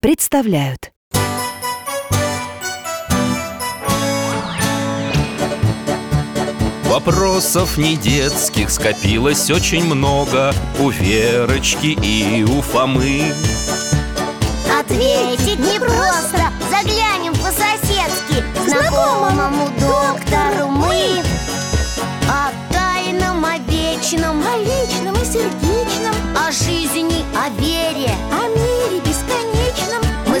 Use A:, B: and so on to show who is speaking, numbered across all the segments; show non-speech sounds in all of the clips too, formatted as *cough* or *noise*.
A: представляют
B: Вопросов не детских скопилось очень много У Верочки и у Фомы
C: Ответить непросто Заглянем по-соседски Знакомому доктору мы О тайном, о вечном
D: О личном и сердечном,
C: О жизни, о вере
D: о мире бесконечном
C: Мы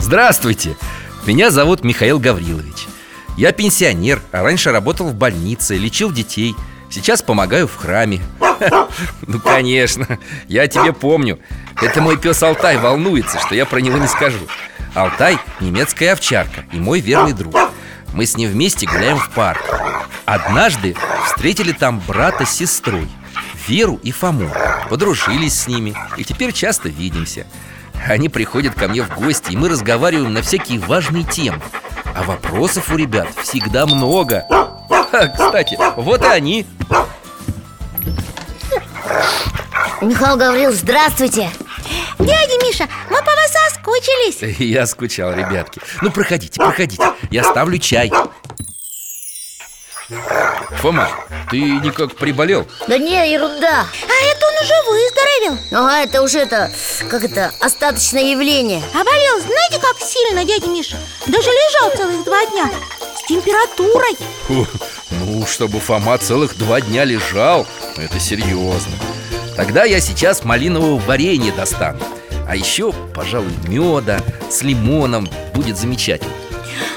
B: Здравствуйте! Меня зовут Михаил Гаврилович Я пенсионер, а раньше работал в больнице, лечил детей Сейчас помогаю в храме *laughs* Ну, конечно, я тебе помню Это мой пес Алтай волнуется, что я про него не скажу Алтай – немецкая овчарка и мой верный друг Мы с ним вместе гуляем в парк Однажды встретили там брата с сестрой Веру и Фому Подружились с ними и теперь часто видимся Они приходят ко мне в гости и мы разговариваем на всякие важные темы А вопросов у ребят всегда много Ха, Кстати, вот и они
C: Михаил говорил, здравствуйте
D: Дядя Миша, мы по вас
B: *laughs*
D: соскучились
B: Я скучал, ребятки Ну, проходите, проходите Я ставлю чай Фома, ты никак приболел?
C: Да не, ерунда
D: А это он уже выздоровел
C: Ну, а это уже это, как это, остаточное явление
D: А болел, знаете, как сильно, дядя Миша? Даже лежал целых два дня С температурой
B: Фу, ну, чтобы Фома целых два дня лежал Это серьезно Тогда я сейчас малинового варенья достану А еще, пожалуй, меда с лимоном будет замечательно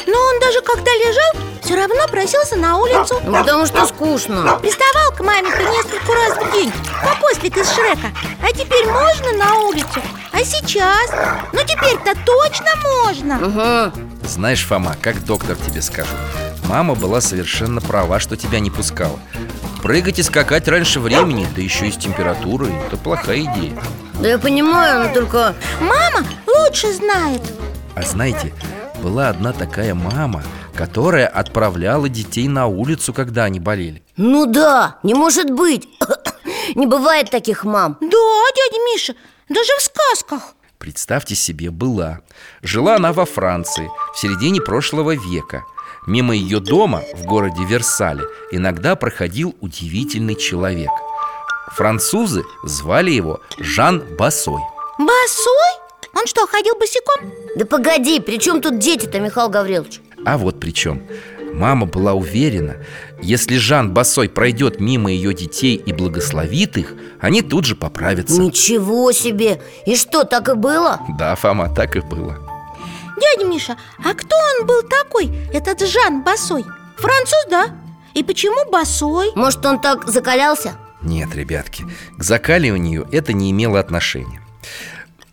D: Но он даже когда лежал, все равно просился на улицу
C: Ну, потому что скучно
D: Приставал к маме по несколько раз в день Как ослик из Шрека А теперь можно на улицу? А сейчас? Ну теперь-то точно можно
C: Угу,
B: Знаешь, Фома, как доктор тебе скажу Мама была совершенно права, что тебя не пускала Прыгать и скакать раньше времени, да еще и с температурой Это плохая идея
C: да я понимаю, но только...
D: Мама лучше знает
B: А знаете, была одна такая мама Которая отправляла детей на улицу, когда они болели
C: Ну да, не может быть *coughs* Не бывает таких мам
D: Да, дядя Миша, даже в сказках
B: Представьте себе, была Жила она во Франции в середине прошлого века Мимо ее дома в городе Версале иногда проходил удивительный человек Французы звали его Жан Басой
D: Босой? Он что, ходил босиком?
C: Да погоди, при чем тут дети-то, Михаил Гаврилович?
B: А вот причем Мама была уверена, если Жан Басой пройдет мимо ее детей и благословит их, они тут же поправятся
C: Ничего себе! И что, так и было?
B: Да, Фома, так и было
D: Дядя Миша, а кто он был такой, этот Жан Босой? Француз, да? И почему Босой?
C: Может, он так закалялся?
B: Нет, ребятки, к закаливанию это не имело отношения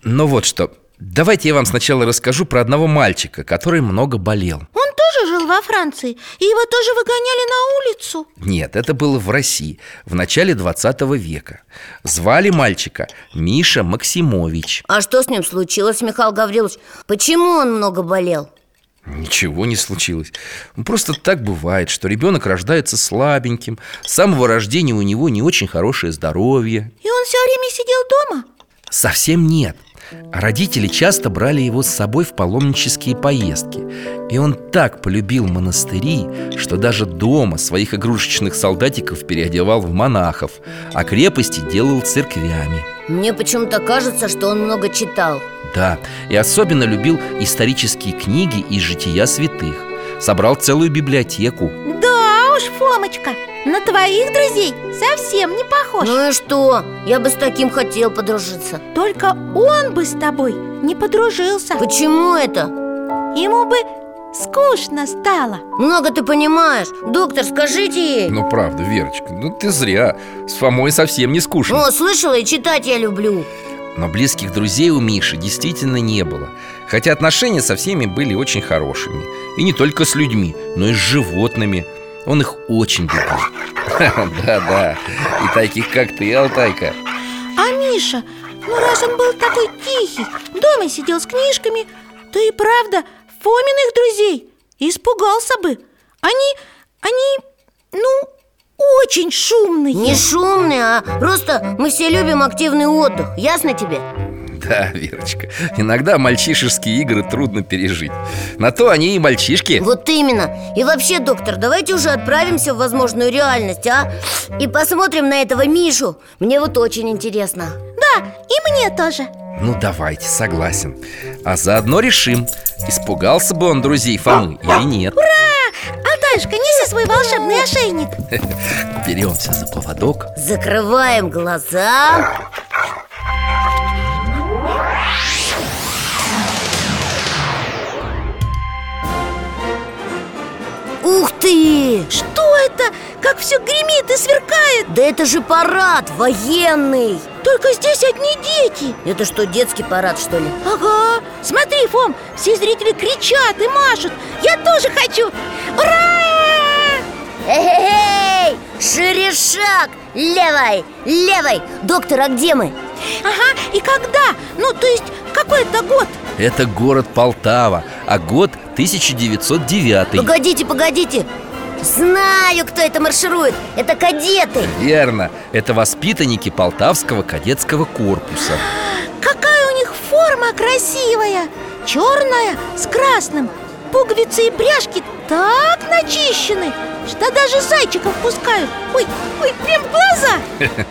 B: Но вот что, давайте я вам сначала расскажу про одного мальчика, который много болел
D: Он тоже жил во Франции, и его тоже выгоняли на улицу
B: Нет, это было в России, в начале 20 века Звали мальчика Миша Максимович
C: А что с ним случилось, Михаил Гаврилович? Почему он много болел?
B: Ничего не случилось. Ну, Просто так бывает, что ребенок рождается слабеньким, с самого рождения у него не очень хорошее здоровье.
D: И он все время сидел дома?
B: Совсем нет. А Родители часто брали его с собой в паломнические поездки. И он так полюбил монастыри, что даже дома своих игрушечных солдатиков переодевал в монахов, а крепости делал церквями.
C: Мне почему-то кажется, что он много читал
B: Да, и особенно любил исторические книги и жития святых Собрал целую библиотеку
D: Да уж, Фомочка, на твоих друзей совсем не похож
C: Ну и что? Я бы с таким хотел подружиться
D: Только он бы с тобой не подружился
C: Почему это?
D: Ему бы скучно стало
C: Много ты понимаешь Доктор, скажите ей
B: Ну правда, Верочка, ну ты зря С Фомой совсем не скучно
C: О, слышала, и читать я люблю
B: Но близких друзей у Миши действительно не было Хотя отношения со всеми были очень хорошими И не только с людьми, но и с животными Он их очень любил *laughs* Да-да, и таких как ты, Алтайка
D: А Миша, ну раз он был такой тихий Дома сидел с книжками То и правда, Фоминых друзей Испугался бы Они, они, ну, очень шумные
C: Не шумный, а просто мы все любим активный отдых Ясно тебе?
B: Да, Верочка, иногда мальчишеские игры трудно пережить На то они и мальчишки
C: Вот именно И вообще, доктор, давайте уже отправимся в возможную реальность, а? И посмотрим на этого Мишу Мне вот очень интересно
D: Да, и мне тоже
B: Ну давайте, согласен А заодно решим, испугался бы он друзей Фомы или нет
D: Алташка, неси свой волшебный ошейник
B: Беремся за поводок
C: Закрываем глаза Ух ты!
D: Что это? Как все гремит и сверкает
C: Да это же парад военный!
D: Только здесь одни дети
C: Это что, детский парад, что ли?
D: Ага, смотри, Фом, все зрители кричат и машут Я тоже хочу Ура!
C: Эй, шире шаг! Левой, левой! Доктор, а где мы?
D: Ага, и когда? Ну, то есть, какой это год?
B: Это город Полтава, а год 1909
C: Погодите, погодите! Знаю, кто это марширует! Это кадеты!
B: Верно, это воспитанники Полтавского кадетского корпуса
D: Какая у них форма красивая Черная с красным Пуговицы и пряжки так начищены Что даже зайчиков пускают Ой, ой, прям в глаза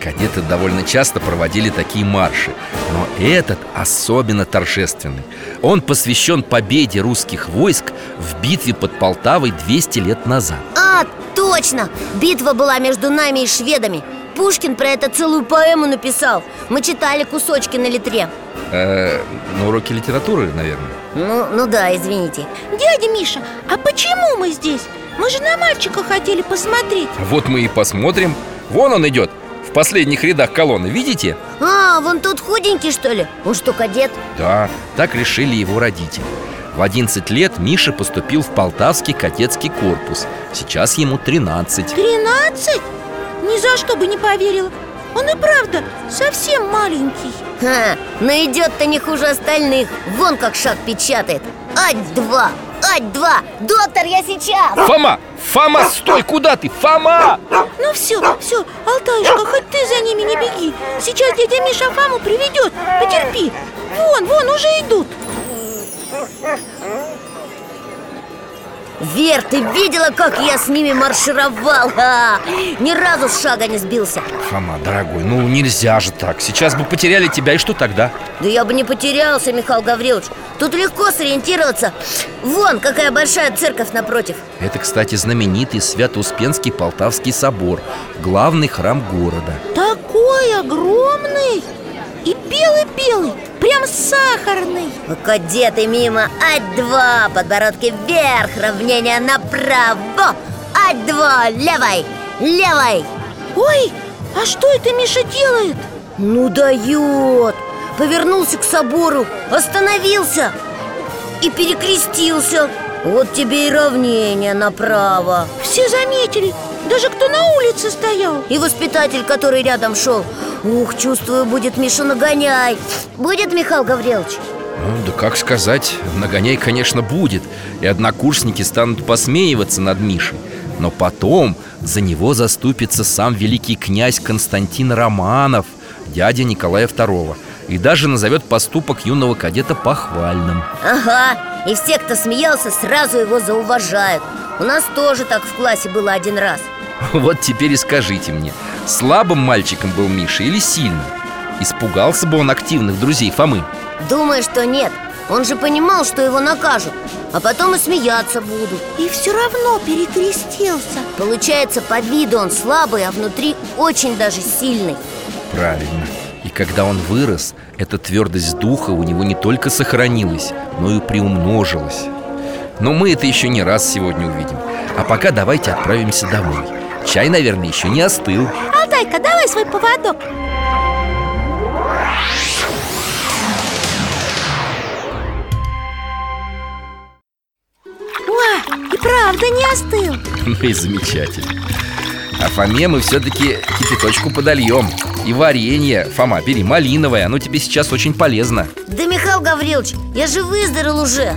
B: Кадеты довольно часто проводили такие марши Но этот особенно торжественный Он посвящен победе русских войск в битве под Полтавой 200 лет назад
C: А, точно! Битва была между нами и шведами Пушкин про это целую поэму написал Мы читали кусочки на литре
B: Э, На уроке литературы, наверное
C: Ну, ну да, извините
D: Дядя Миша, а почему мы здесь? Мы же на мальчика хотели посмотреть
B: Вот мы и посмотрим Вон он идет, в последних рядах колонны, видите?
C: А, вон тот худенький, что ли? Он что, кадет?
B: Да, так решили его родители В 11 лет Миша поступил в Полтавский кадетский корпус Сейчас ему 13
D: Тринадцать? Ни за что бы не поверила Он и правда совсем маленький
C: Ха, но идет-то не хуже остальных Вон как шаг печатает Ать два, ать два Доктор, я сейчас
B: Фома! Фома, стой! Куда ты? Фома!
D: Ну все, все, Алтаюшка, хоть ты за ними не беги Сейчас дядя Миша Фаму приведет Потерпи Вон, вон, уже идут
C: Вер, ты видела, как я с ними маршировал? Ха! Ни разу с шага не сбился
B: Фома, дорогой, ну нельзя же так Сейчас бы потеряли тебя, и что тогда?
C: Да я бы не потерялся, Михаил Гаврилович Тут легко сориентироваться Вон, какая большая церковь напротив
B: Это, кстати, знаменитый Свято-Успенский Полтавский собор Главный храм города
D: Такой огромный И белый-белый, прям сахарный
C: А Кадеты мимо, ать два Подбородки вверх, равнение направо Ать два, левой, левой
D: Ой, а что это Миша делает?
C: Ну дает! Повернулся к собору, остановился и перекрестился. Вот тебе и равнение направо.
D: Все заметили, даже кто на улице стоял
C: И воспитатель, который рядом шел. Ух, чувствую, будет Миша нагоняй. Будет, Михаил Гаврилович?
B: Ну, да как сказать, нагоняй, конечно, будет И однокурсники станут посмеиваться над Мишей Но потом за него заступится сам великий князь Константин Романов Дядя Николая II И даже назовет поступок юного кадета похвальным *laughs*
C: Ага, и все, кто смеялся, сразу его зауважают. У нас тоже так в классе было один раз.
B: Вот теперь и скажите мне, слабым мальчиком был Миша или сильным? Испугался бы он активных друзей Фомы
C: Думаю, что нет Он же понимал, что его накажут А потом и смеяться будут
D: И все равно перекрестился
C: Получается, по виду он слабый, а внутри очень даже сильный
B: Правильно И когда он вырос, эта твердость духа у него не только сохранилась, но и приумножилась Но мы это еще не раз сегодня увидим А пока давайте отправимся домой Чай, наверное, еще не остыл *laughs*
D: Алтайка, давай свой поводок О, и правда не остыл
B: Ну и замечательно А Фоме мы все-таки кипяточку подольем И варенье, Фома, бери малиновое, оно тебе сейчас очень полезно
C: Да, Михаил Гаврилович, я же выздоровел уже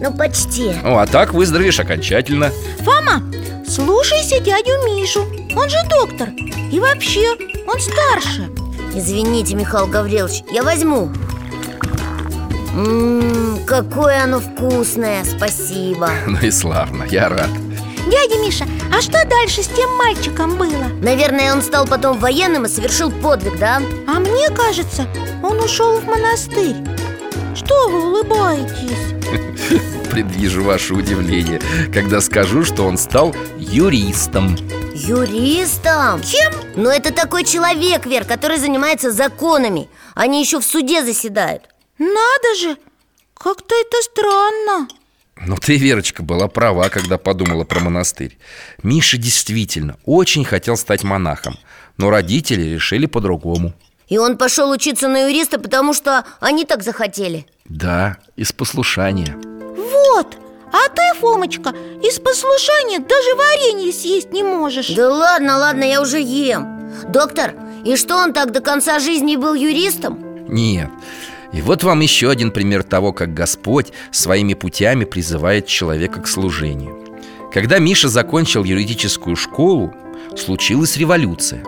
C: Ну, почти
B: Ну а так выздоровеешь окончательно *laughs*
D: Фома, слушайся дядю Мишу Он же доктор И вообще, он старше
C: Извините, Михаил Гаврилович, я возьму Ммм, какое оно вкусное, спасибо
B: Ну и славно, я рад
D: Дядя Миша, а что дальше с тем мальчиком было?
C: Наверное, он стал потом военным и совершил подвиг, да?
D: А мне кажется, он ушел в монастырь Что вы улыбаетесь?
B: Предвижу ваше удивление, когда скажу, что он стал юристом
C: Юристом? Чем? Ну, это такой человек, Вер, который занимается законами Они еще в суде заседают
D: Надо же, как-то это странно
B: Но Ну, ты, Верочка, была права, когда подумала про монастырь Миша действительно очень хотел стать монахом Но родители решили по-другому
C: И он пошел учиться на юриста, потому что они так захотели
B: Да, из послушания
D: Вот, а ты, Фомочка, из послушания даже варенье съесть не можешь
C: Да ладно, ладно, я уже ем Доктор, и что он так до конца жизни был юристом?
B: Нет. И вот вам еще один пример того, как Господь своими путями призывает человека к служению. Когда Миша закончил юридическую школу, случилась революция.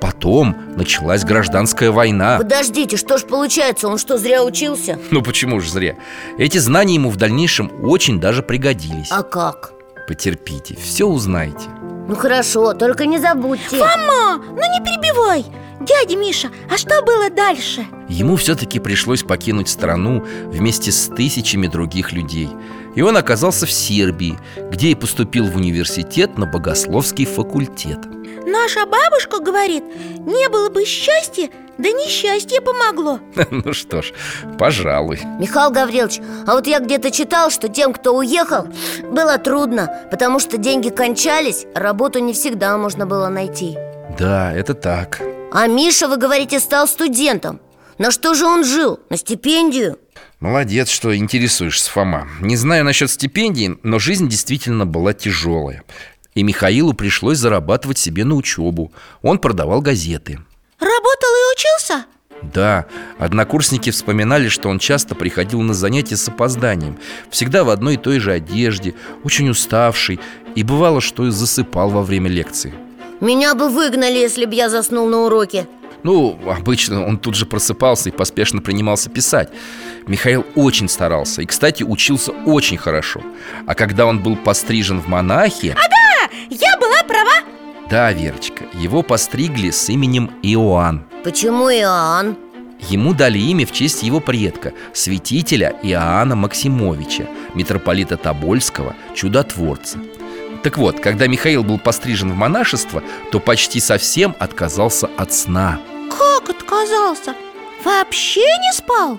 B: Потом началась гражданская война.
C: Подождите, что ж получается, он что, зря учился?
B: Ну почему же зря? Эти знания ему в дальнейшем очень даже пригодились.
C: А как?
B: Потерпите, все узнаете.
C: Ну хорошо, только не забудьте
D: Мама, ну не перебивай Дядя Миша, а что было дальше?
B: Ему все-таки пришлось покинуть страну вместе с тысячами других людей. И он оказался в Сербии, где и поступил в университет на богословский факультет. *laughs*
D: Наша бабушка говорит, не было бы счастья, да несчастье помогло
B: Ну что ж, пожалуй.
C: Михаил Гаврилович, а вот я где-то читал, что тем, кто уехал, было трудно Потому что деньги кончались, а работу не всегда можно было найти
B: Да, это так.
C: А Миша, вы говорите, стал студентом На что же он жил? На стипендию?
B: Молодец, что интересуешься, Фома. Не знаю насчет стипендий, но жизнь действительно была тяжелая. И Михаилу пришлось зарабатывать себе на учебу. Он продавал газеты.
D: Работал и учился?
B: Да, однокурсники вспоминали, что он часто приходил на занятия с опозданием Всегда в одной и той же одежде, очень уставший И бывало, что и засыпал во время лекции
C: Меня бы выгнали, если бы я заснул на уроке
B: Ну, обычно он тут же просыпался и поспешно принимался писать Михаил очень старался и, кстати, учился очень хорошо А когда он был пострижен в монахе...
D: Я была права
B: Да, Верочка, его постригли с именем Иоанн
C: Почему Иоанн?
B: Ему дали имя в честь его предка, святителя Иоанна Максимовича, митрополита Тобольского, чудотворца. Так вот, когда Михаил был пострижен в монашество, то почти совсем отказался от сна.
D: Как отказался? Вообще не спал?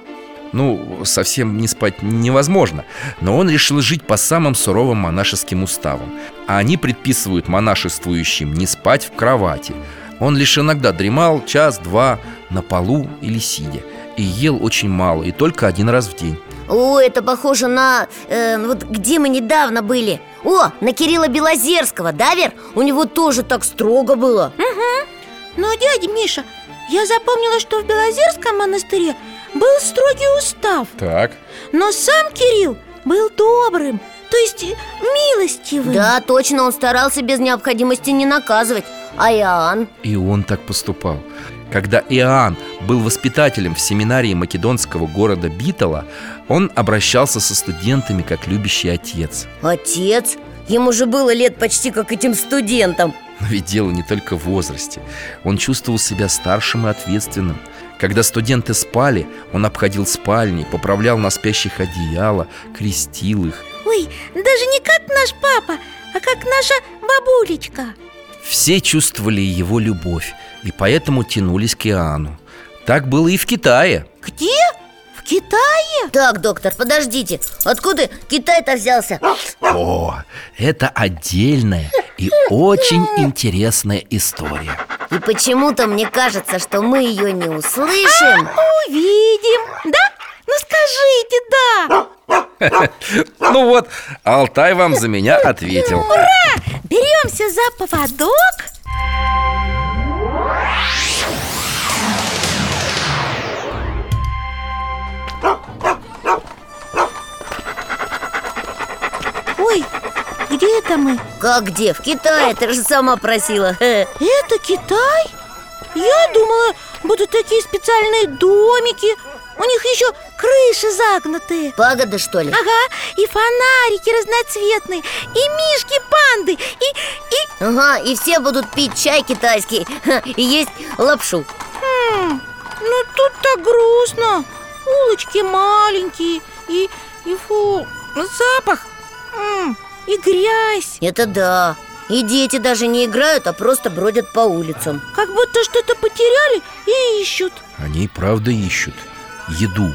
B: Ну, совсем не спать невозможно, но он решил жить по самым суровым монашеским уставам. А они предписывают монашествующим не спать в кровати. Он лишь иногда дремал час-два на полу или сидя и ел очень мало, и только один раз в день.
C: О, это похоже на... э, вот где мы недавно были О, на Кирилла Белозерского, да, Вер? У него тоже так строго было
D: Но, дядя Миша, я запомнила, что в Белозерском монастыре был строгий устав
B: Так.
D: Но сам Кирилл был добрым, то есть э, милостивым
C: Да, точно, он старался без необходимости не наказывать А Иоанн?
B: И он так поступал. Когда Иоанн был воспитателем в семинарии македонского города Битола, он обращался со студентами как любящий отец.
C: Отец? Ему же было лет почти как этим студентам
B: Но ведь дело не только в возрасте. Он чувствовал себя старшим и ответственным. Когда студенты спали, он обходил спальни, поправлял на спящих одеяло, крестил их.
D: Ой, даже не как наш папа, а как наша бабулечка
B: Все чувствовали его любовь и поэтому тянулись к Иоанну. Так было и в Китае.
D: Где? В Китае?
C: Так, доктор, подождите Откуда Китай-то взялся?
B: О, это отдельная и очень интересная история.
C: И почему-то мне кажется, что мы ее не услышим
D: Увидим, да? Ну скажите, да
B: Ну вот, Алтай вам за меня ответил.
D: Беремся за поводок Ой, где это мы?
C: Как где? В Китае, ты же сама просила Хе.
D: Это Китай? Я думала, будут такие специальные домики У них еще крыши загнутые
C: Пагода, что ли?
D: Ага, и фонарики разноцветные, и мишки-панды, и, и...
C: Ага, и все будут пить чай китайский Ха, И есть лапшу
D: М, ну тут так грустно Улочки маленькие, и, и фу, запах М, и грязь
C: Это да И дети даже не играют, а просто бродят по улицам
D: Как будто что-то потеряли и ищут
B: Они и правда ищут еду.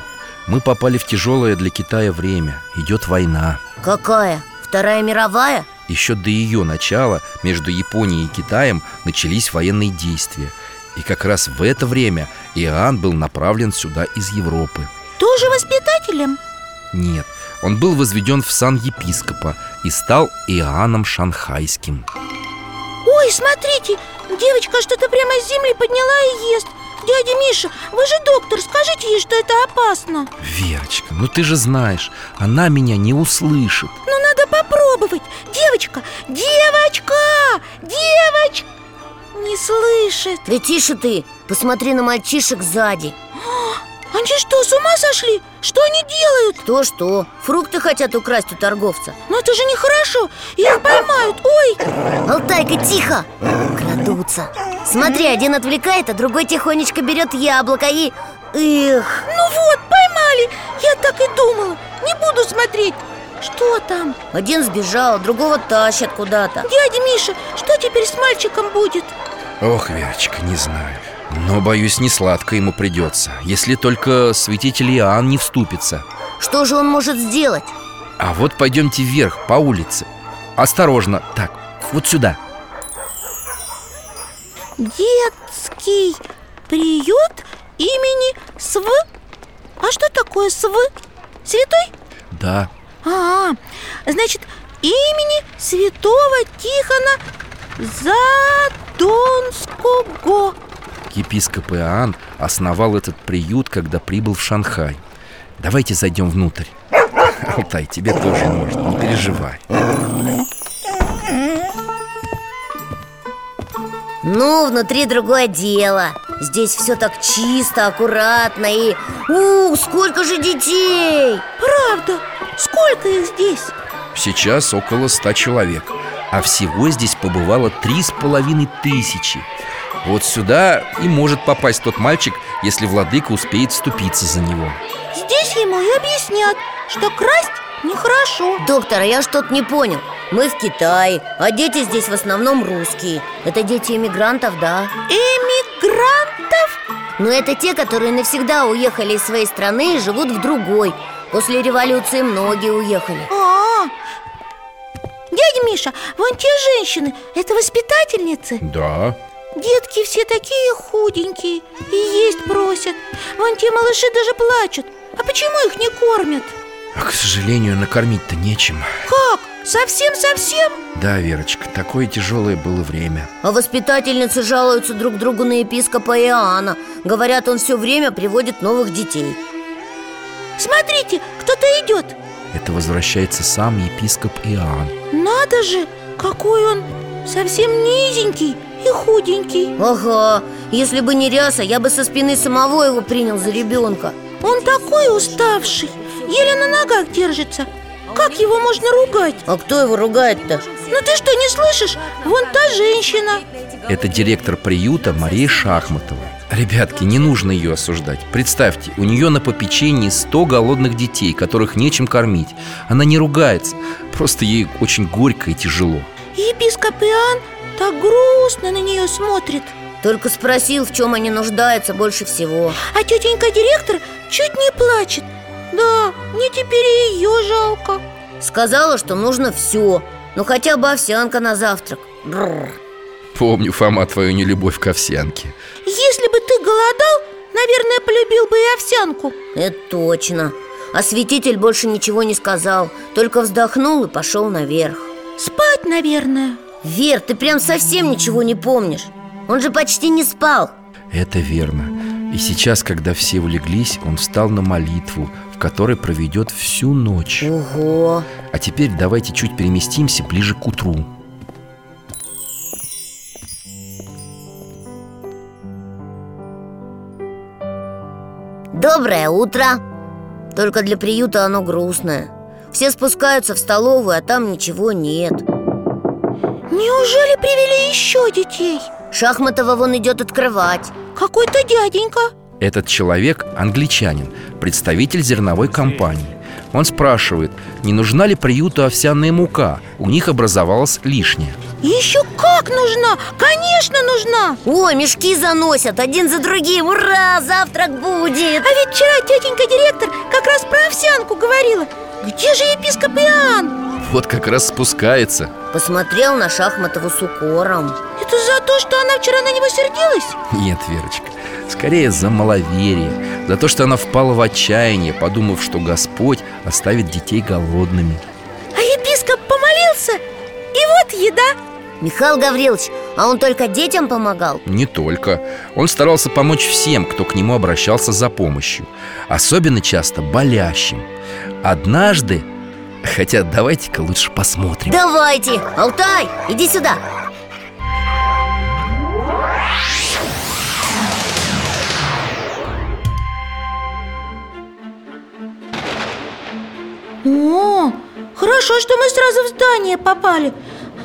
B: Мы попали в тяжелое для Китая время. Идет война.
C: Какая? Вторая мировая?
B: Еще до ее начала между Японией и Китаем начались военные действия. И как раз в это время Иоанн был направлен сюда из Европы.
D: Тоже воспитателем?
B: Нет, он был возведен в сан епископа и стал Иоанном Шанхайским.
D: Ой, смотрите, девочка что-то прямо с земли подняла и ест Дядя Миша, вы же доктор, скажите ей, что это опасно
B: Верочка, ну ты же знаешь, она меня не услышит.
D: Ну надо попробовать Девочка, девочка, девочка Не слышит
C: Да тише ты, посмотри на мальчишек сзади
D: Они что, с ума сошли? Что они делают?
C: То что, фрукты хотят украсть у торговца
D: Ну это же нехорошо Их поймают, ой
C: Алтайка, тихо! Крадутся Смотри, один отвлекает, а другой тихонечко берет яблоко и... Эх,
D: Ну вот, поймали Я так и думала Не буду смотреть Что там?
C: один сбежал, другого тащат куда-то
D: Дядя Миша, что теперь с мальчиком будет?
B: Ох, Верочка, не знаю. Но, боюсь, не сладко ему придется, если только святитель Иоанн не вступится.
C: Что же он может сделать?
B: А вот пойдемте вверх, по улице. Осторожно, так, вот сюда.
D: Детский приют имени СВ А что такое СВ? Святой?
B: Да,
D: А, значит, имени святого Тихона Задонского
B: епископ Иоанн основал этот приют, когда прибыл в Шанхай. Давайте зайдем внутрь. Алтай, тебе тоже можно, не переживай.
C: Ну, внутри другое дело Здесь все так чисто, аккуратно и... Ух, сколько же детей!
D: Правда, сколько их здесь?
B: Сейчас около ста человек, а всего здесь побывало три с половиной тысячи. Вот сюда и может попасть тот мальчик, если владыка успеет вступиться за него.
D: Здесь ему и объяснят, что красть нехорошо
C: Доктор, а я что-то не понял Мы в Китае, а дети здесь в основном русские Это дети иммигрантов, да?
D: Эмигрантов
C: Но это те, которые навсегда уехали из своей страны и живут в другой После революции многие уехали
D: а Дядя Миша, вон те женщины, это воспитательницы
B: Да,
D: Детки все такие худенькие и есть просят Вон те малыши даже плачут А почему их не кормят?
B: а, к сожалению, накормить-то нечем.
D: Как? Совсем-совсем?
B: Да, Верочка, такое тяжелое было время.
C: А воспитательницы жалуются друг другу на епископа Иоанна Говорят, он все время приводит новых детей
D: Смотрите, кто-то идет
B: Это возвращается сам епископ Иоанн.
D: Надо же, какой он совсем низенький и худенький
C: Ага, если бы не ряса, я бы со спины самого его принял за ребенка
D: Он такой уставший, еле на ногах держится Как его можно ругать?
C: А кто его ругает-то?
D: Ну ты что, не слышишь? Вон та женщина
B: Это директор приюта Мария Шахматова Ребятки, не нужно ее осуждать Представьте, у нее на попечении 100 голодных детей, которых нечем кормить Она не ругается, просто ей очень горько и тяжело
D: И епископ Иоанн так грустно на нее смотрит
C: Только спросил, в чем они нуждаются больше всего
D: А тетенька директор чуть не плачет Да, мне теперь и ее жалко
C: Сказала, что нужно все Ну хотя бы овсянка на завтрак Бррр.
B: Помню, Фома, твою нелюбовь к овсянке
D: Если бы ты голодал, наверное, полюбил бы и овсянку
C: Это точно Осветитель больше ничего не сказал Только вздохнул и пошел наверх
D: Спать, наверное
C: Вер, ты прям совсем ничего не помнишь Он же почти не спал
B: Это верно. И сейчас, когда все улеглись, он встал на молитву, в которой проведет всю ночь.
C: Ого,
B: А теперь давайте чуть переместимся ближе к утру.
C: Доброе утро Только для приюта оно грустное Все спускаются в столовую, а там ничего нет
D: Неужели привели еще детей?
C: Шахматова вон идет открывать
D: Какой-то дяденька
B: Этот человек – англичанин, представитель зерновой компании. Он спрашивает, не нужна ли приюту овсяная мука, у них образовалась лишняя.
D: Еще как нужна! Конечно, нужна!
C: Ой, мешки заносят, один за другим, ура, завтрак будет
D: А ведь вчера тетенька директор как раз про овсянку говорила Где же епископ Иоанн?
B: Вот как раз спускается.
C: Посмотрел на Шахматову с укором
D: Это за то, что она вчера на него сердилась?
B: Нет, Верочка, скорее за маловерие, за то, что она впала в отчаяние, подумав, что Господь оставит детей голодными.
D: А епископ помолился, и вот еда
C: Михаил Гаврилович, а он только детям помогал?
B: Не только. Он старался помочь всем, кто к нему обращался за помощью. Особенно часто болящим. Однажды... Хотя давайте-ка лучше посмотрим.
C: Давайте, Алтай, иди сюда
D: О, хорошо, что мы сразу в здание попали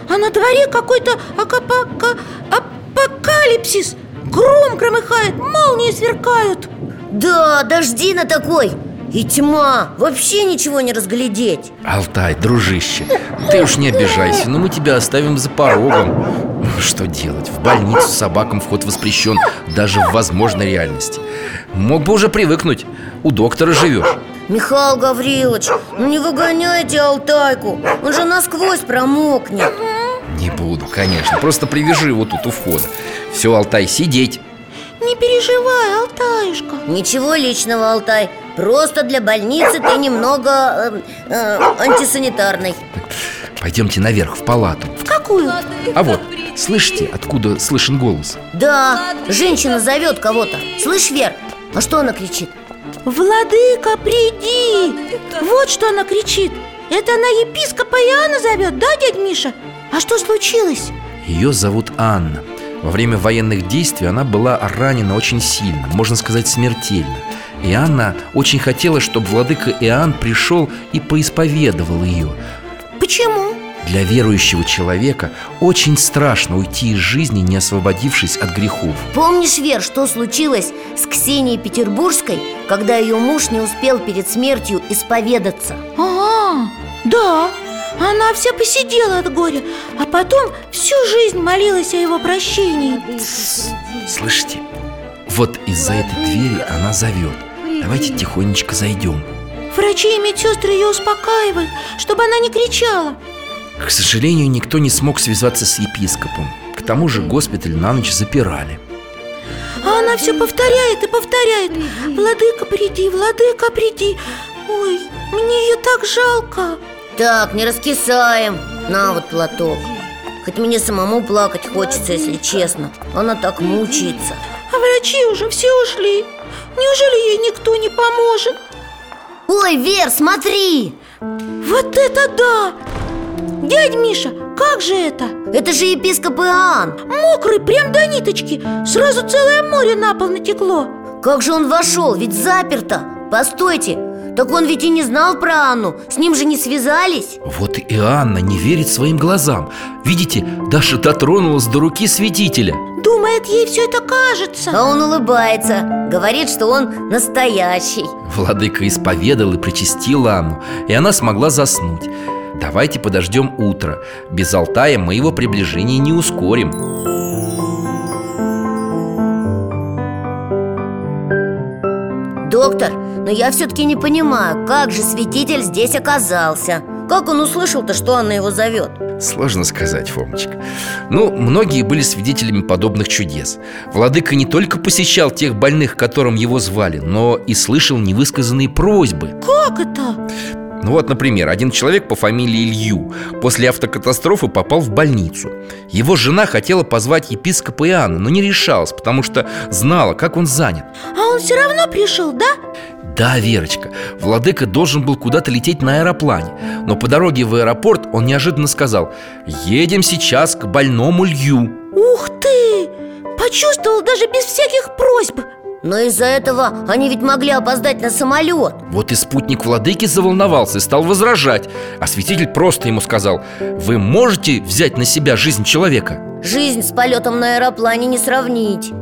D: А на дворе какой-то акапака... апокалипсис Гром громыхает, молнии сверкают
C: Да, дожди на такой И тьма, вообще ничего не разглядеть
B: Алтай, дружище, ты уж не обижайся, но мы тебя оставим за порогом. Ну, Что делать? В больницу собакам вход воспрещен даже в возможной реальности. Мог бы уже привыкнуть. У доктора живешь.
C: Михаил Гаврилович, ну не выгоняйте Алтайку Он же насквозь промокнет
B: Не буду, конечно. Просто привяжи его тут у входа. Все, Алтай, сидеть.
D: Не переживай, Алтаюшка
C: Ничего личного, Алтай Просто для больницы ты немного э, э, антисанитарный
B: Пойдемте наверх, в палату.
D: В какую?
B: А вот, слышите, откуда слышен голос?
C: Да, женщина зовет кого-то Слышь, Вер, а что она кричит?
D: Владыка, приди! Вот что она кричит Это она епископа Иоанна зовет, да, дядь Миша? А что случилось?
B: Ее зовут Анна. Во время военных действий она была ранена очень сильно, можно сказать, смертельно. И Анна очень хотела, чтобы владыка Иоанн пришел и поисповедовал ее.
D: Почему?
B: Для верующего человека очень страшно уйти из жизни, не освободившись от грехов.
C: Помнишь, Вер, что случилось с Ксенией Петербургской, когда ее муж не успел перед смертью исповедаться?
D: Ага, да Она вся посидела от горя А потом всю жизнь молилась о его прощении
B: Слышите? Вот из-за этой двери она зовет. Давайте тихонечко зайдем.
D: Врачи и медсестры ее успокаивают, чтобы она не кричала
B: К сожалению, никто не смог связаться с епископом. К тому же госпиталь на ночь запирали.
D: А она все повторяет и повторяет Владыка, приди, владыка, приди Ой, мне ее так жалко
C: Так, не раскисаем На вот платок Хоть мне самому плакать хочется, если честно Она так мучается
D: А врачи уже все ушли Неужели ей никто не поможет?
C: Ой, Вер, смотри!
D: Вот это да! Дядь Миша, как же это?
C: Это же епископ Иоанн
D: Мокрый, прям до ниточки Сразу целое море на пол натекло
C: Как же он вошел, ведь заперто Постойте, Так он ведь и не знал про Анну С ним же не связались
B: Вот и Анна не верит своим глазам Видите, Даша дотронулась до руки святителя
D: Думает, ей все это кажется
C: А он улыбается Говорит, что он настоящий
B: Владыка исповедал и причастил Анну И она смогла заснуть Давайте подождем утро Без Алтая мы его приближение не ускорим
C: Доктор, но я все-таки не понимаю Как же святитель здесь оказался? Как он услышал-то, что Анна его зовет?
B: Сложно сказать, Фомочка Ну, многие были свидетелями подобных чудес Владыка не только посещал тех больных, которым его звали Но и слышал невысказанные просьбы
D: Как это?
B: Ну вот, например, один человек по фамилии Илью После автокатастрофы попал в больницу Его жена хотела позвать епископа Иоанна Но не решалась, потому что знала, как он занят
D: А он все равно пришел, да?
B: Да, Верочка, владыка должен был куда-то лететь на аэроплане Но по дороге в аэропорт он неожиданно сказал «Едем сейчас к больному Лью»
D: Ух ты! Почувствовал даже без всяких просьб
C: Но из-за этого они ведь могли опоздать на самолет
B: Вот и спутник владыки заволновался и стал возражать А святитель просто ему сказал «Вы можете взять на себя жизнь человека?»
C: Жизнь с полетом на аэроплане не сравнить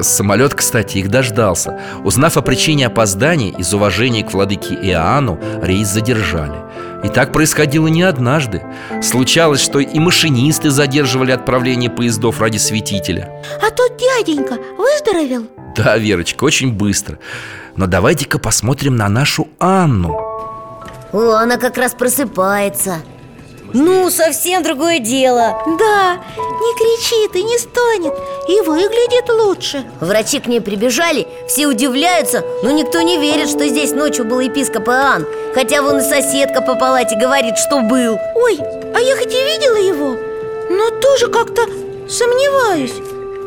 B: Самолет, кстати, их дождался Узнав о причине опоздания, из уважения к владыке Иоанну рейс задержали И так происходило не однажды Случалось, что и машинисты задерживали отправление поездов ради святителя
D: А тот дяденька выздоровел?
B: Да, Верочка, очень быстро Но давайте-ка посмотрим на нашу Анну
C: О, она как раз просыпается Ну, совсем другое дело
D: Да, не кричит и не стонет И выглядит лучше
C: Врачи к ней прибежали, все удивляются, но никто не верит, что здесь ночью был епископ Иоанн Хотя вон и соседка по палате говорит, что был
D: Ой, а я хоть и видела его, но тоже как-то сомневаюсь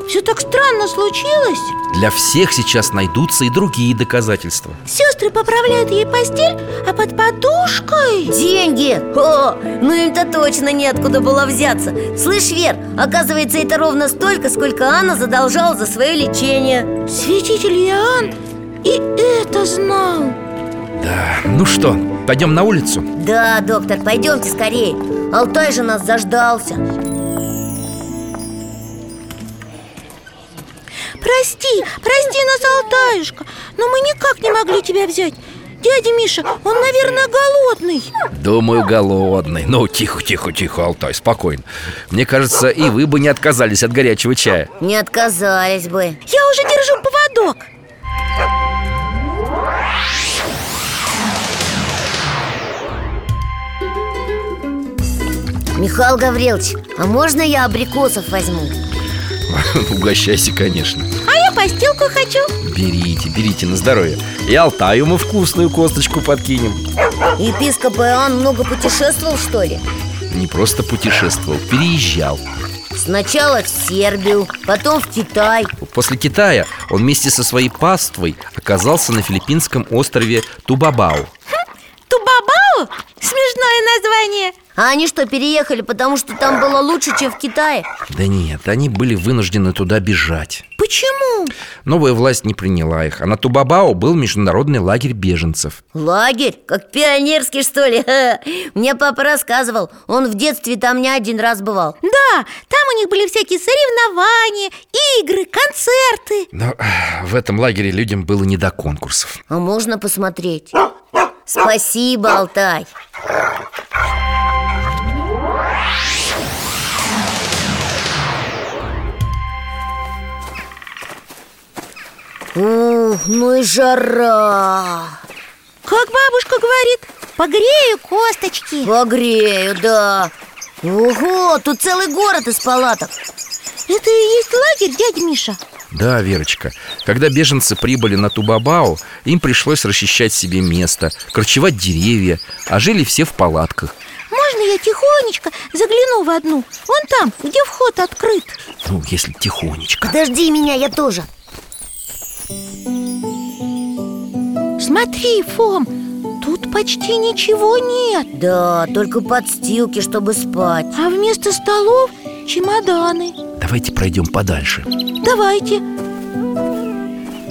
D: Все так странно случилось
B: Для всех сейчас найдутся и другие доказательства
D: Сестры поправляют ей постель, а под подушкой
C: Деньги! О, ну им-то точно неоткуда было взяться Слышь, Вер, оказывается, это ровно столько, сколько Анна задолжала за свое лечение
D: Святитель Иоанн и это знал
B: Да, ну что, пойдем на улицу?
C: Да, доктор, пойдемте скорее Алтай же нас заждался
D: Прости, прости нас, Алтаюшка, но мы никак не могли тебя взять Дядя Миша, он, наверное, голодный
B: Думаю, голодный Ну, тихо, тихо, тихо, Алтай, спокойно Мне кажется, и вы бы не отказались от горячего чая
C: Не отказались бы
D: Я уже держу поводок
C: Михаил Гаврилович, а можно я абрикосов возьму?
B: *laughs* Угощайся, конечно
D: А я постилку хочу
B: Берите, берите на здоровье И Алтаю мы вкусную косточку подкинем
C: Епископ Иоанн много путешествовал, что ли?
B: Не просто путешествовал, переезжал
C: Сначала в Сербию, потом в Китай
B: После Китая он вместе со своей паствой оказался на филиппинском острове Тубабау
D: Тубабау? Смешное название
C: А они что, переехали, потому что там было лучше, чем в Китае?
B: Да нет, они были вынуждены туда бежать
D: Почему?
B: Новая власть не приняла их, а на Тубабао был международный лагерь беженцев
C: Лагерь? Как пионерский, что ли? *laughs* Ха. Мне папа рассказывал, он в детстве там не один раз бывал
D: Да, там у них были всякие соревнования, игры, концерты
B: Но ах, в этом лагере людям было не до конкурсов
C: А можно посмотреть? Спасибо, Алтай Ух, ну и жара
D: Как бабушка говорит, погрею косточки
C: Погрею, да Ого, тут целый город из палаток
D: Это и есть лагерь, дядя Миша
B: Да, Верочка, когда беженцы прибыли на Тубабао, им пришлось расчищать себе место, корчевать деревья, а жили все в палатках
D: Можно я тихонечко загляну в одну? Вон там, где вход открыт
B: Ну, если тихонечко
C: Подожди меня, я тоже
D: Смотри, Фом, тут почти ничего нет
C: Да, только подстилки, чтобы спать
D: А вместо столов чемоданы
B: Давайте пройдем подальше
D: Давайте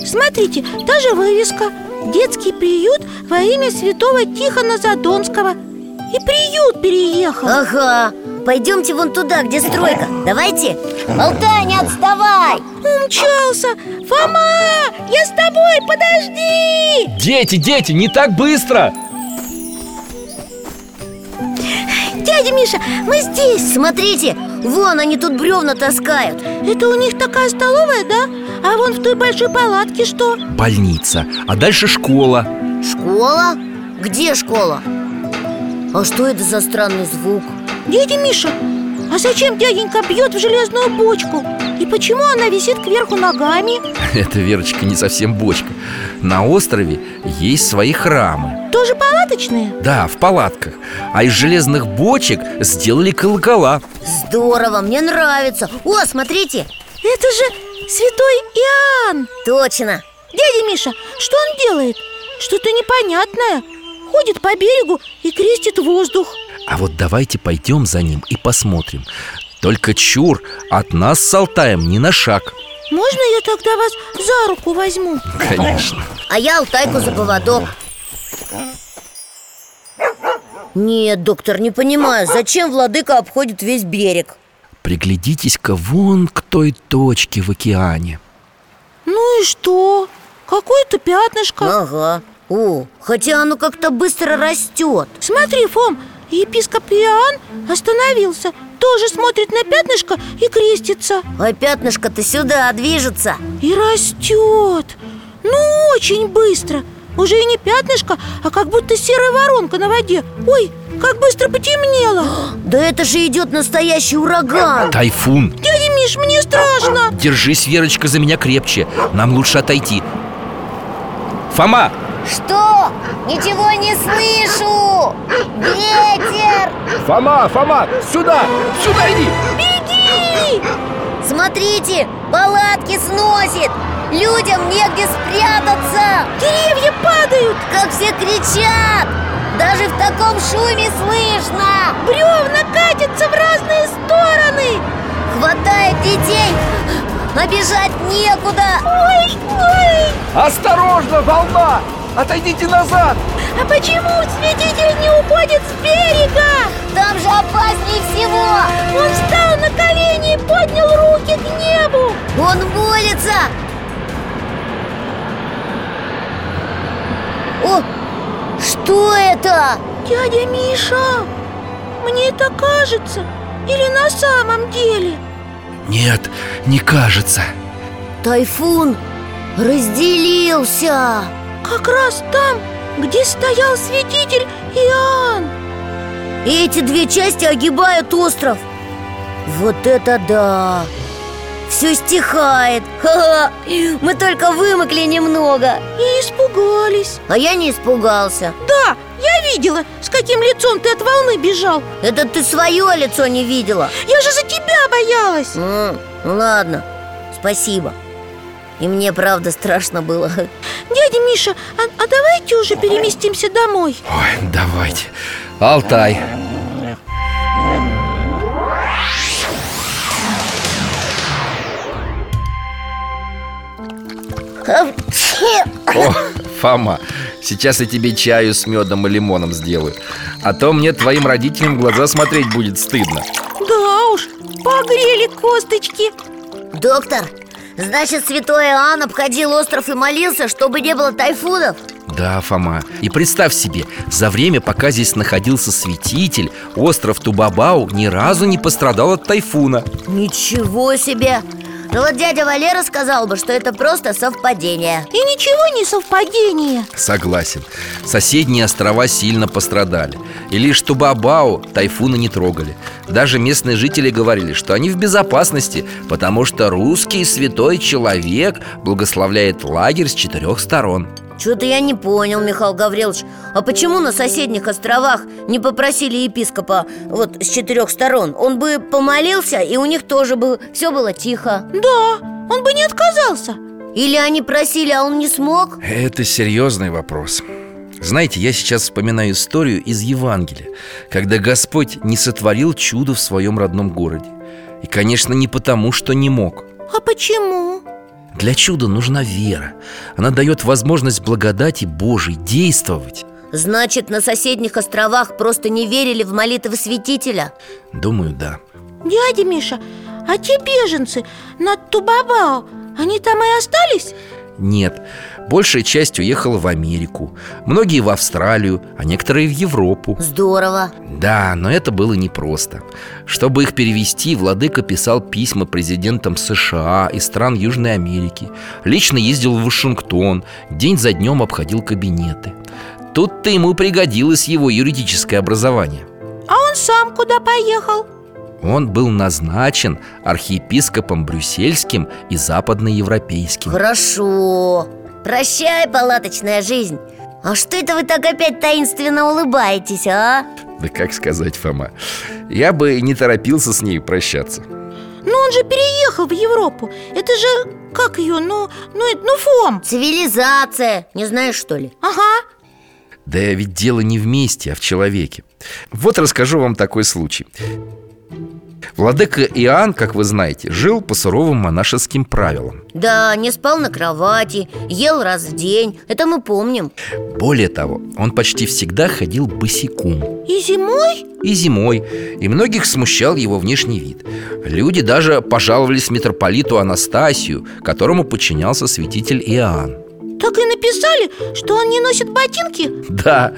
D: Смотрите, та же вывеска детский приют во имя святого Тихона Задонского И приют переехал
C: Ага, пойдемте вон туда, где стройка Давайте Алтай, не отставай
D: Умчался Фома, я с тобой, подожди
B: Дети, дети, не так быстро!
D: Дядя Миша, мы здесь
C: Смотрите, вон они тут бревна таскают
D: Это у них такая столовая, да? А вон в той большой палатке что?
B: Больница, а дальше школа *laughs*
C: Школа? Где школа? А что это за странный звук?
D: Дядя Миша, а зачем дяденька бьет в железную бочку? И почему она висит кверху ногами?
B: Это, Верочка, не совсем бочка На острове есть свои храмы
D: Тоже палаточные?
B: Да, в палатках А из железных бочек сделали колокола
C: Здорово, мне нравится О, смотрите
D: Это же святой Иоанн
C: Точно
D: Дядя Миша, что он делает? Что-то непонятное Ходит по берегу и крестит воздух
B: А вот давайте пойдем за ним и посмотрим Только чур, от нас с Алтаем не на шаг
D: Можно я тогда вас за руку возьму?
B: Конечно
C: А я Алтайку за поводок Нет, доктор, не понимаю, зачем владыка обходит весь берег?
B: Приглядитесь-ка вон к той точке в океане
D: Ну и что? Какое-то пятнышко
C: Ага О, хотя оно как-то быстро растет
D: Смотри, Фом, епископ Иоанн остановился Тоже смотрит на пятнышко и крестится
C: А пятнышко-то сюда движется
D: И растет Ну, очень быстро Уже и не пятнышко, а как будто серая воронка на воде Ой, как быстро потемнело
C: Да это же идет настоящий ураган
B: Тайфун
D: Дядя Миш, мне страшно
B: Держись, Верочка, за меня крепче Нам лучше отойти Фома,
C: Что? Ничего не слышу! Ветер!
B: Фома, Фома, сюда, сюда иди
C: Смотрите, палатки сносит! Людям негде спрятаться!
D: Деревья падают,
C: Как все кричат! Даже в таком шуме слышно!
D: бревна катятся в разные стороны
C: Хватает детей! А бежать некуда!
D: Ой, ой,
B: Осторожно, волна, отойдите назад
D: а почему святитель не уходит с берега?
C: Там же опаснее всего!
D: Он встал на колени и поднял руки к небу
C: Он молится! О, что это?
D: Дядя Миша, мне это кажется или на самом деле?
B: Нет, не кажется
C: Тайфун разделился!
D: Как раз там, где стоял святитель Иоанн
C: И эти две части огибают остров Вот это да! Все стихает Ха-ха! Мы только вымокли немного
D: И испугались
C: А я не испугался
D: Да, я видела, с каким лицом ты от волны бежал
C: Это ты свое лицо не видела
D: Я же за тебя боялась
C: М, Ладно, спасибо И мне правда страшно было
D: Дядя Миша, а, а давайте уже переместимся домой
B: Ой, давайте Алтай, О, Фома, сейчас я тебе чаю с медом и лимоном сделаю А то мне твоим родителям в глаза смотреть будет стыдно
D: Да уж, погрели косточки
C: Доктор, значит святой Иоанн обходил остров и молился, чтобы не было тайфунов?
B: Да, Фома, и представь себе, за время, пока здесь находился святитель Остров Тубабау ни разу не пострадал от тайфуна
C: Ничего себе! Ну вот дядя Валера сказал бы, что это просто совпадение
D: И ничего не совпадение
B: Согласен, соседние острова сильно пострадали И лишь Тубабау тайфуна не трогали Даже местные жители говорили, что они в безопасности Потому что русский святой человек благословляет лагерь с четырех сторон
C: Что-то я не понял, Михаил Гаврилович А почему на соседних островах не попросили епископа вот с четырех сторон? Он бы помолился, и у них тоже бы все было тихо
D: Да, он бы не отказался
C: Или они просили, а он не смог?
B: Это серьезный вопрос. Знаете, я сейчас вспоминаю историю из Евангелия, когда Господь не сотворил чудо в своем родном городе. И, конечно, не потому, что не мог.
D: А почему?
B: Для чуда нужна вера. Она дает возможность благодати Божией действовать.
C: Значит, на соседних островах просто не верили в молитвы святителя?
B: Думаю, да.
D: Дядя Миша, а те беженцы на Тубабао, они там и остались?
B: Нет, большая часть уехала в Америку, многие в Австралию, а некоторые в Европу.
C: Здорово
B: Да, но это было непросто. Чтобы их перевести, владыка писал письма президентам США и стран Южной Америки. Лично ездил в Вашингтон, день за днем обходил кабинеты. Тут-то ему пригодилось его юридическое образование.
D: А он сам куда поехал?
B: Он был назначен архиепископом брюссельским и западноевропейским.
C: Хорошо Прощай, палаточная жизнь А что это вы так опять таинственно улыбаетесь, а?
B: Да как сказать, Фома? Я бы не торопился с ней прощаться.
D: Ну он же переехал в Европу Это же, как ее, ну, ну, э- ну Фом
C: Цивилизация, не знаешь что ли?
D: Ага,
B: Да ведь дело не вместе, а в человеке. Вот расскажу вам такой случай. Владыка Иоанн, как вы знаете, жил по суровым монашеским правилам.
C: Да, не спал на кровати, ел раз в день, это мы помним
B: Более того, он почти всегда ходил босиком
D: и зимой?
B: и зимой, и многих смущал его внешний вид. Люди даже пожаловались митрополиту Анастасию, которому подчинялся святитель Иоанн.
D: Так и написали, что он не носит ботинки
B: *laughs* Да,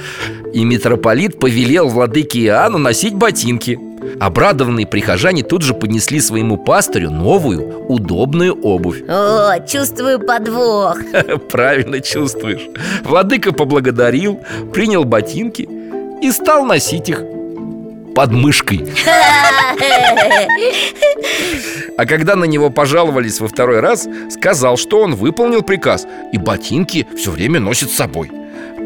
B: и митрополит повелел владыке Иоанну носить ботинки Обрадованные прихожане тут же поднесли своему пастырю новую, удобную обувь *laughs*
C: О, чувствую подвох *laughs*
B: Правильно чувствуешь Владыка поблагодарил, принял ботинки и стал носить их под мышкой А когда на него пожаловались во второй раз, сказал, что он выполнил приказ и ботинки все время носит с собой.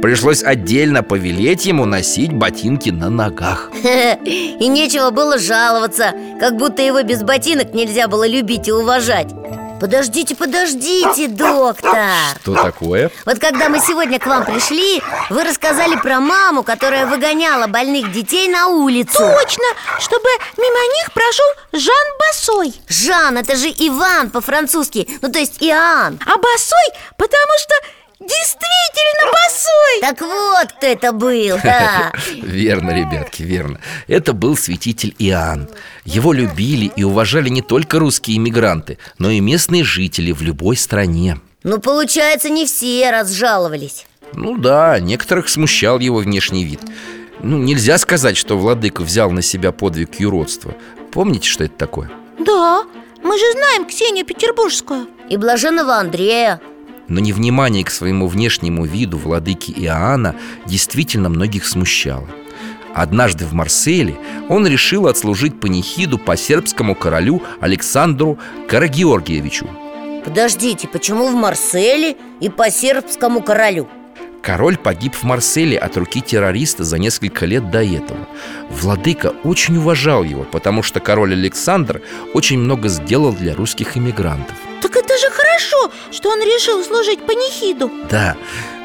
B: Пришлось отдельно повелеть ему носить ботинки на ногах.
C: И нечего было жаловаться Как будто его без ботинок нельзя было любить и уважать Подождите, подождите, доктор
B: Что такое?
C: Вот когда мы сегодня к вам пришли, вы рассказали про маму, которая выгоняла больных детей на улицу.
D: Точно, чтобы мимо них прошел Жан Босой
C: Жан, это же Иван по-французски, ну то есть Иоанн.
D: А Босой, потому что действительно Босой
C: Так вот, кто это был. да.
B: Верно, ребятки, верно. Это был святитель Иоанн. Его любили и уважали не только русские иммигранты, но и местные жители в любой стране.
C: Ну, получается, не все разжаловались.
B: Ну да, некоторых смущал его внешний вид. Ну, нельзя сказать, что владыка взял на себя подвиг юродства. Помните, что это такое?
D: Да, мы же знаем Ксению Петербургскую
C: И блаженного Андрея.
B: Но невнимание к своему внешнему виду владыки Иоанна действительно многих смущало. Однажды в Марселе он решил отслужить панихиду по сербскому королю Александру Карагеоргиевичу.
C: Подождите, почему в Марселе и по сербскому королю?
B: Король погиб в Марселе от руки террориста за несколько лет до этого. Владыка очень уважал его, потому что король Александр очень много сделал для русских иммигрантов.
D: Так это же хорошо, что он решил служить панихиду
B: Да,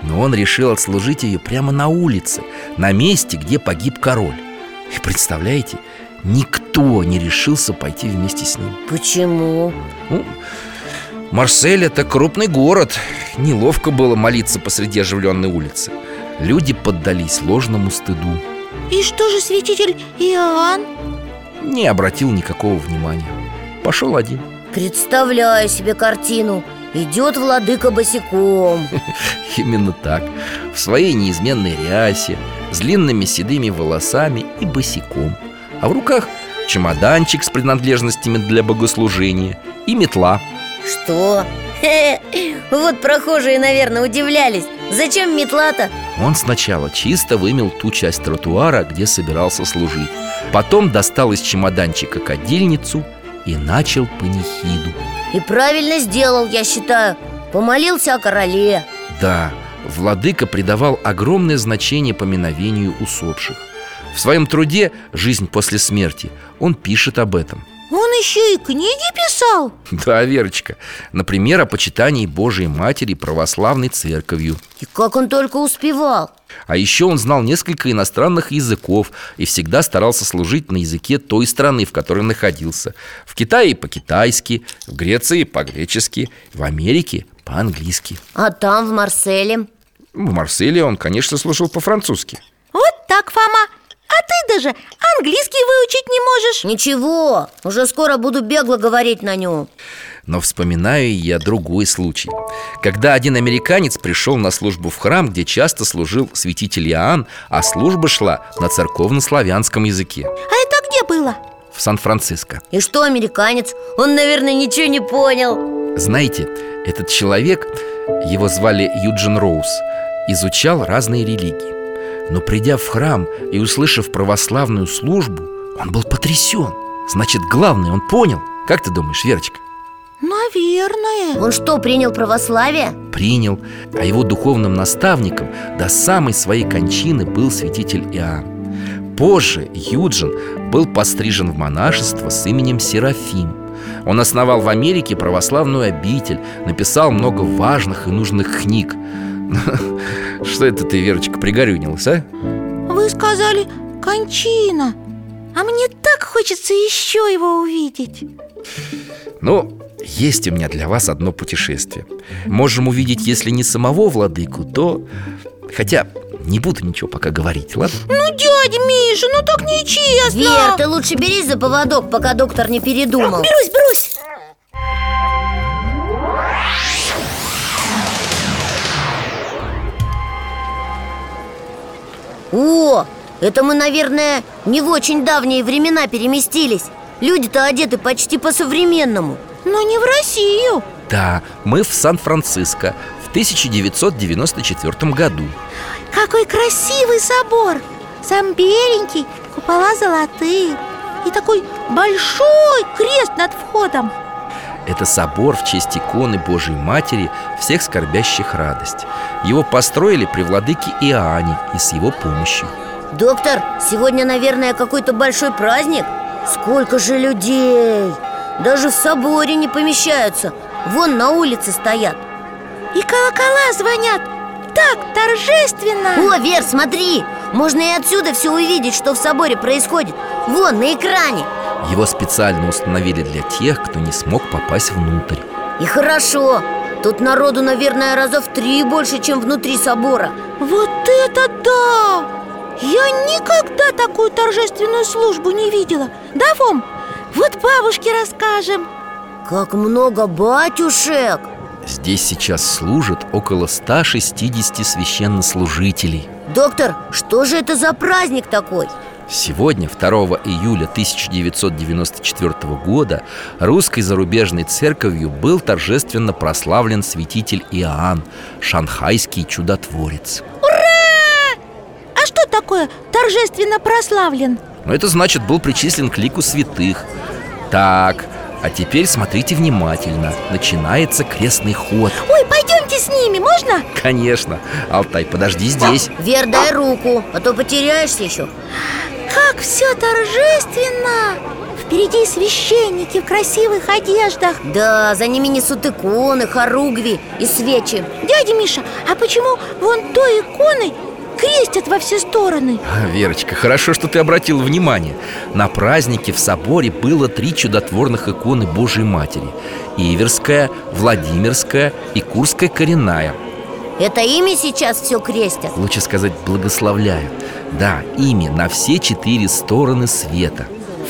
B: но он решил отслужить ее прямо на улице, на месте, где погиб король. И представляете, никто не решился пойти вместе с ним.
C: Почему?
B: Ну, Марсель это крупный город. Неловко было молиться посреди оживленной улицы. Люди поддались ложному стыду.
D: И что же святитель Иоанн?
B: Не обратил никакого внимания. Пошел один.
C: Представляю себе картину. Идет владыка босиком.
B: Именно так. В своей неизменной рясе, с длинными седыми волосами и босиком. А в руках чемоданчик с принадлежностями для богослужения и метла.
C: Что? *laughs* Вот прохожие, наверное, удивлялись. Зачем метла-то?
B: Он сначала чисто вымел ту часть тротуара, где собирался служить. Потом достал из чемоданчика кадильницу и начал панихиду.
C: И правильно сделал, я считаю Помолился о короле
B: Да, владыка придавал огромное значение поминовению усопших. В своем труде «Жизнь после смерти» он пишет об этом.
D: Он еще и книги писал?
B: *laughs* Да, Верочка Например, о почитании Божией Матери православной церковью
C: И как он только успевал
B: А еще он знал несколько иностранных языков И всегда старался служить на языке той страны, в которой находился В Китае по-китайски, в Греции по-гречески, в Америке по-английски
C: А там, в Марселе
B: В Марселе он, конечно, служил по-французски
D: Вот так, Фома А ты даже английский выучить не можешь
C: Ничего, уже скоро буду бегло говорить на нем
B: Но вспоминаю я другой случай Когда один американец пришел на службу в храм, где часто служил святитель Иоанн А служба шла на церковно-славянском языке
D: А это где было?
B: в Сан-Франциско
C: И что, американец? Он, наверное, ничего не понял
B: Знаете, этот человек, его звали Юджин Роуз, изучал разные религии. Но придя в храм и услышав православную службу, он был потрясен. Значит, главное, он понял. Как ты думаешь, Верочка?
D: Наверное
C: Он что, принял православие?
B: Принял. А его духовным наставником до самой своей кончины был святитель Иоанн. Позже Юджин был пострижен в монашество с именем Серафим. Он основал в Америке православную обитель, написал много важных и нужных книг. *laughs* Что это ты, Верочка, пригорюнилась, а?
D: Вы сказали «кончина» А мне так хочется еще его увидеть
B: Ну, есть у меня для вас одно путешествие. Можем увидеть, если не самого владыку, то... Хотя не буду ничего пока говорить, ладно?
D: Ну, дядя Миша, ну так нечестно
C: Вер, ты лучше берись за поводок, пока доктор не передумал
D: Берусь, берусь
C: О, это мы, наверное, не в очень давние времена переместились Люди-то одеты почти по-современному
D: Но не в Россию
B: Да, мы в Сан-Франциско в 1994 году.
D: Какой красивый собор Сам беленький, купола золотые И такой большой крест над входом
B: Это собор в честь иконы Божьей Матери всех скорбящих радость. Его построили при владыке Иоанне и с его помощью.
C: Доктор, сегодня, наверное, какой-то большой праздник Сколько же людей Даже в соборе не помещаются Вон на улице стоят
D: И колокола звонят Так торжественно
C: О, Вер, смотри Можно и отсюда все увидеть, что в соборе происходит Вон, на экране
B: Его специально установили для тех, кто не смог попасть внутрь.
C: И хорошо Тут народу, наверное, раза в три больше, чем внутри собора
D: Вот это да! Я никогда такую торжественную службу не видела Да, Фом? Вот бабушке расскажем
C: Как много батюшек
B: Здесь сейчас служат около 160 священнослужителей.
C: Доктор, что же это за праздник такой?
B: Сегодня, 2 июля 1994 года, русской зарубежной церковью был торжественно прославлен святитель Иоанн, шанхайский чудотворец.
D: А что такое торжественно прославлен?
B: Но это значит, был причислен к лику святых. Так, а теперь смотрите внимательно. Начинается крестный ход.
D: Ой, пойдемте с ними, можно?
B: Конечно. Алтай, подожди здесь.
C: Вер, дай руку, а то потеряешься еще
D: Как все торжественно! Впереди священники в красивых одеждах
C: Да, за ними несут иконы, хоругви и свечи
D: Дядя Миша, а почему вон той иконой крестят во все стороны?
B: Верочка, хорошо, что ты обратил внимание На празднике в соборе было три чудотворных иконы Божьей Матери Иверская, Владимирская и Курская коренная
C: Это ими сейчас все крестят
B: Лучше сказать «благословляю» Да, ими на все четыре стороны света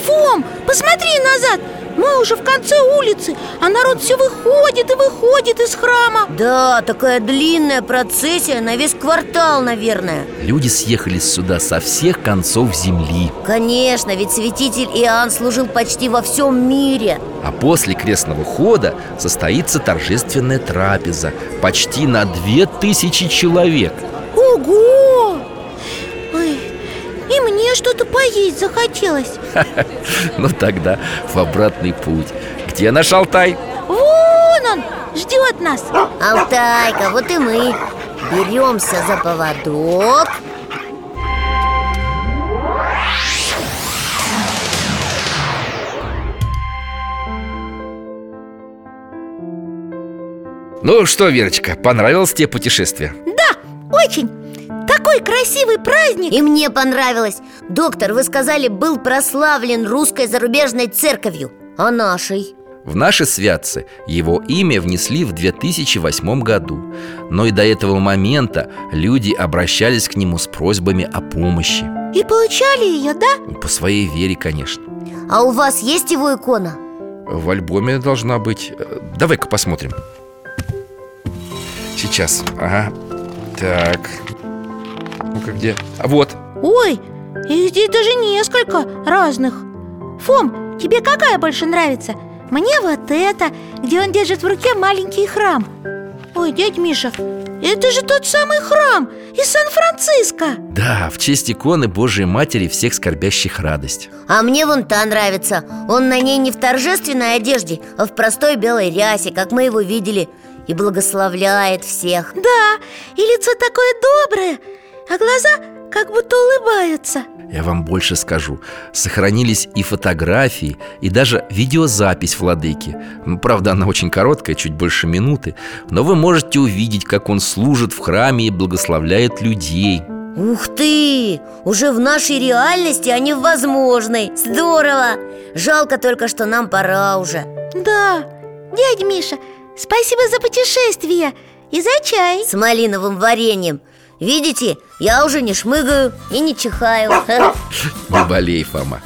D: Фом, посмотри назад! Мы уже в конце улицы, а народ все выходит и выходит из храма
C: Да, такая длинная процессия на весь квартал, наверное
B: Люди съехались сюда со всех концов земли
C: Конечно, ведь святитель Иоанн служил почти во всем мире
B: А после крестного хода состоится торжественная трапеза Почти на две тысячи человек
D: Ого! Ой, и мне что-то поесть захотелось
B: Ну тогда в обратный путь Где наш Алтай?
D: Вон он, ждет нас
C: Алтайка, вот и мы Беремся за поводок
B: Ну что, Верочка, понравилось тебе путешествие?
D: Очень! Такой красивый праздник!
C: И мне понравилось Доктор, вы сказали, был прославлен русской зарубежной церковью А нашей?
B: В наши святцы его имя внесли в 2008 году Но и до этого момента люди обращались к нему с просьбами о помощи
D: И получали ее, да?
B: По своей вере, конечно
C: А у вас есть его икона?
B: В альбоме должна быть... э, Давай-ка посмотрим Сейчас, ага Так Ну-ка, где? А вот,
D: Ой, их здесь даже несколько разных Фом, тебе какая больше нравится? Мне вот эта, где он держит в руке маленький храм Ой, дядь Миша, это же тот самый храм из Сан-Франциско
B: Да, в честь иконы Божией Матери всех скорбящих радость
C: А мне вон та нравится Он на ней не в торжественной одежде, а в простой белой рясе, как мы его видели И благословляет всех
D: Да, и лицо такое доброе, а глаза как будто улыбаются
B: Я вам больше скажу Сохранились и фотографии, и даже видеозапись владыки Ну, Правда, она очень короткая, чуть больше минуты Но вы можете увидеть, как он служит в храме и благословляет людей
C: Ух ты! Уже в нашей реальности, а не в возможной Здорово! Жалко только, что нам пора уже
D: Да, дядь Миша, спасибо за путешествие и за чай
C: С малиновым вареньем Видите, я уже не шмыгаю и не чихаю *laughs*
B: Не болей, Фома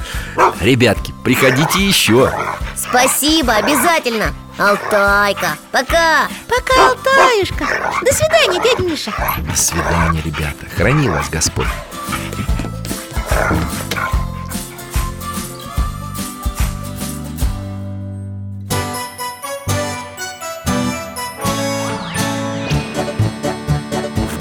B: Ребятки, приходите еще
C: Спасибо, обязательно Алтайка, пока
D: Пока, Алтаюшка До свидания, дядь Миша
B: До свидания, ребята Храни вас Господь В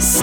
B: С